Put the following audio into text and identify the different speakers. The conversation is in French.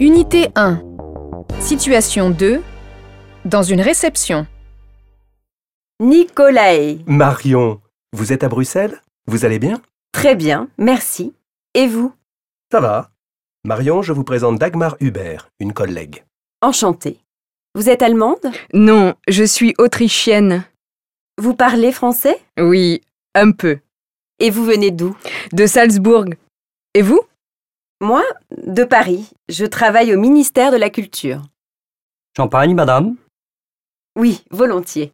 Speaker 1: Unité 1. Situation 2. Dans une réception.
Speaker 2: Nicolai.
Speaker 3: Marion, vous êtes à Bruxelles Vous allez bien
Speaker 2: Très bien, merci. Et vous
Speaker 3: Ça va. Marion, je vous présente Dagmar Hubert, une collègue.
Speaker 2: Enchantée. Vous êtes allemande
Speaker 4: Non, je suis autrichienne.
Speaker 2: Vous parlez français
Speaker 4: Oui, un peu.
Speaker 2: Et vous venez d'où
Speaker 4: De Salzbourg. Et vous
Speaker 2: Moi, de Paris. Je travaille au ministère de la Culture.
Speaker 5: Champagne, madame
Speaker 2: Oui, volontiers.